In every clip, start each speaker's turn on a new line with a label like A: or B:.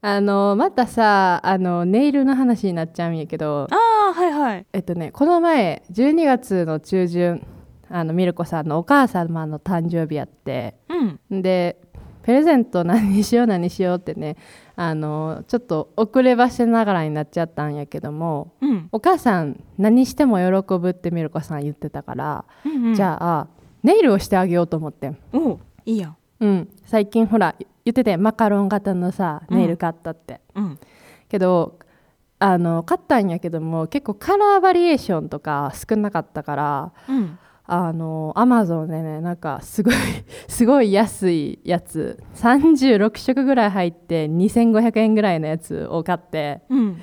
A: あのまたさあのネイルの話になっちゃうんやけど
B: ああはいはい
A: えっとねこの前12月の中旬あのミルコさんのお母様の誕生日やって
B: うん
A: でプレゼント何にしよう何にしようってねあのちょっと遅ればせながらになっちゃったんやけども
B: うん、
A: お母さん何しても喜ぶってミルコさん言ってたから、
B: うんうん
A: じゃあネイルをしてあげようと思ってん
B: おういいやん
A: うん最近ほら言っててマカロン型のさ
B: うん
A: ネイル買ったって、
B: うん
A: けどあの買ったんやけども結構カラーバリエーションとか少なかったから
B: うん
A: あのアマゾンでねなんかすごい すごい安いやつ36色ぐらい入って2500円ぐらいのやつを買って
B: うん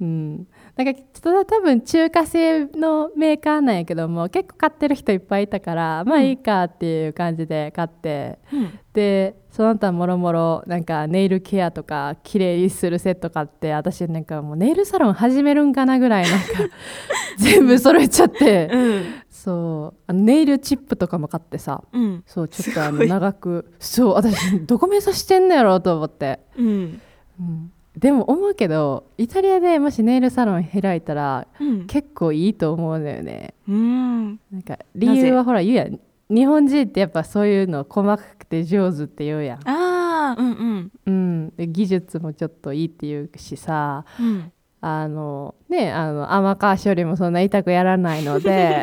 A: うんなんかちょっと多分中華製のメーカーなんやけども結構買ってる人いっぱいいたからまあいいかっていう感じで買って、
B: うん
A: でその他もろもろなんかネイルケアとか綺麗にするセット買って私なんかもうネイルサロン始めるんかなぐらい なんか全部揃えちゃって
B: うん
A: そうあのネイルチップとかも買ってさ
B: うん
A: そうちょっとあ
B: すご
A: の
B: い
A: 長くそう私どこ目指してんのやろうと思って、
B: うん
A: うんでも思うけどイタリアでもしネイルサロン開いたら
B: うん
A: 結構いいと思うんだよね
B: うん
A: なんか理由
B: な
A: はほら言うやん日本人ってやっぱそういうの細かくて上手って言うやん
B: ああうんうん
A: うん、で技術もちょっといいっていうしさ
B: うん
A: あのねあの甘川処理もそんな痛くやらないの で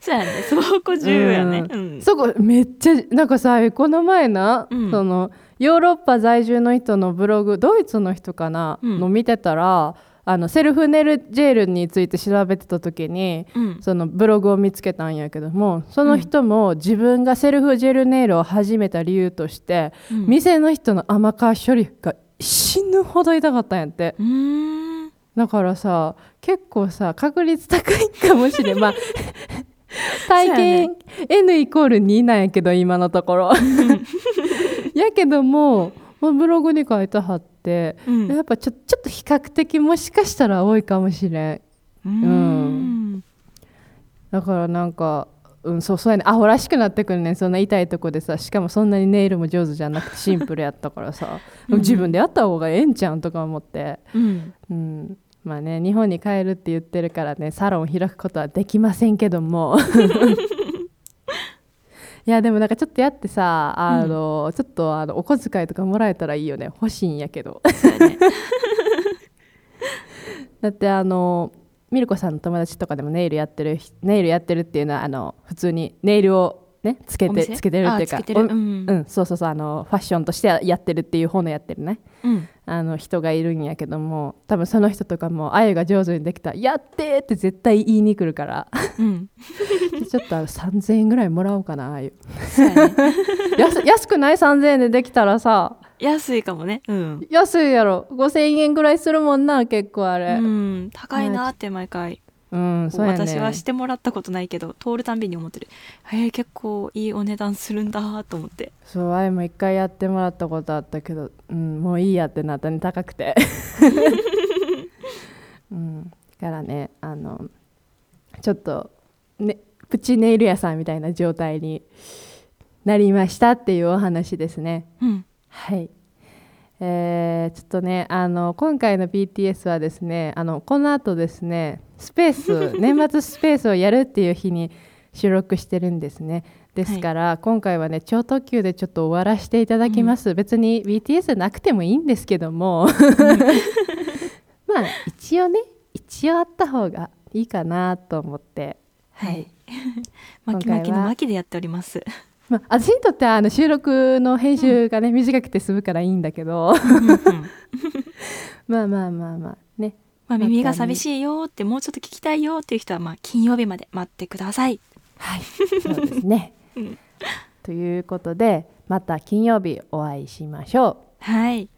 B: そうやねそこ重要やね
A: う
B: うんん
A: そこめっちゃなんかさこの前な、
B: うん
A: そのヨーロッパ在住の人のブログドイツの人かな、
B: うん
A: の見てたらあのセルフネルジェールについて調べてた時に
B: うん
A: そのブログを見つけたんやけどもその人も自分がセルフジェルネイルを始めた理由として、
B: うん
A: 店の人の甘皮処理が死ぬほど痛かったんやって
B: うーん
A: だからさ結構さ確率高いかもしれん まあ体験、N イコール2なんやけど今のとこ ろやけどももうブログに書いてはって、
B: うん
A: やっぱちょちょっと比較的もしかしたら多いかもしれん
B: うーん
A: だからなんかうんそうそうやねアホらしくなってくるねんそんな痛いとこでさしかもそんなにネイルも上手じゃな くてシンプルやったからさ、
B: うん
A: 自分でやった方がええんちゃうんとか思って
B: うん
A: うんまあね日本に帰るって言ってるからねサロンを開くことはできませんけど もいやでもなんかちょっとやってさあの、ちょっとあのお小遣いとかもらえたらいいよね欲しいんやけど
B: そうやね
A: だってあのミルコさんの友達とかでもネイルやってる人ネイルやってるっていうのはあの普通にネイルをねつけ
B: お
A: て
B: 店
A: つけてるっていう
B: あ
A: か
B: つけてる
A: お
B: うん
A: うん、そうそうそうあのファッションとしてやってるっていう方のやってるね
B: うん
A: あの人がいるんやけども多分その人とかもあゆが上手にできた「やって!」って絶対言いに来るから
B: うん
A: ちょっとあの3000円ぐらいもらおうかなあゆ
B: そうやね
A: 安安くない3000円でできたらさ
B: 安いかもねうん
A: 安いやろ5000円ぐらいするもんな結構あ
B: う
A: れうん、
B: ん高いなって毎回
A: そうやね
B: 私はしてもらったことないけど通るたんびに思ってるへえ結構いいお値段するんだと思って
A: そうあゆも一回やってもらったことあったけど、うん、もういいやってなったね高くて、うん、だからねあのちょっと、ね、プチネイル屋さんみたいな状態になりましたっていうお話ですね
B: うん
A: はいえーちょっとねあの今回の BTS はですねあのこのあとですねスペー ス年末スペースをやるっていう日に収録してるんですねですから、今回はね超特急でちょっと終わらせていただきます、別に BTS なくてもいいんですけど もまあ一応ね一応あった方がいいかなと思って
B: は
A: はい
B: い巻き
A: 今回は
B: 巻きの巻きでやっております
A: まあ、私にとってはあの収録の編集がね、短くて済むからいいんだけど
B: うんうん
A: まあまあまあまあね
B: まあ耳が寂しいよってもうちょっと聞きたいよっていう人はまあ金曜日まで待ってください
A: はいそうですね
B: うん
A: ということでまた金曜日お会いしましょう
B: はい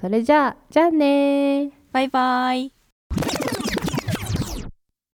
A: それじゃあじゃあねー
B: バイバイ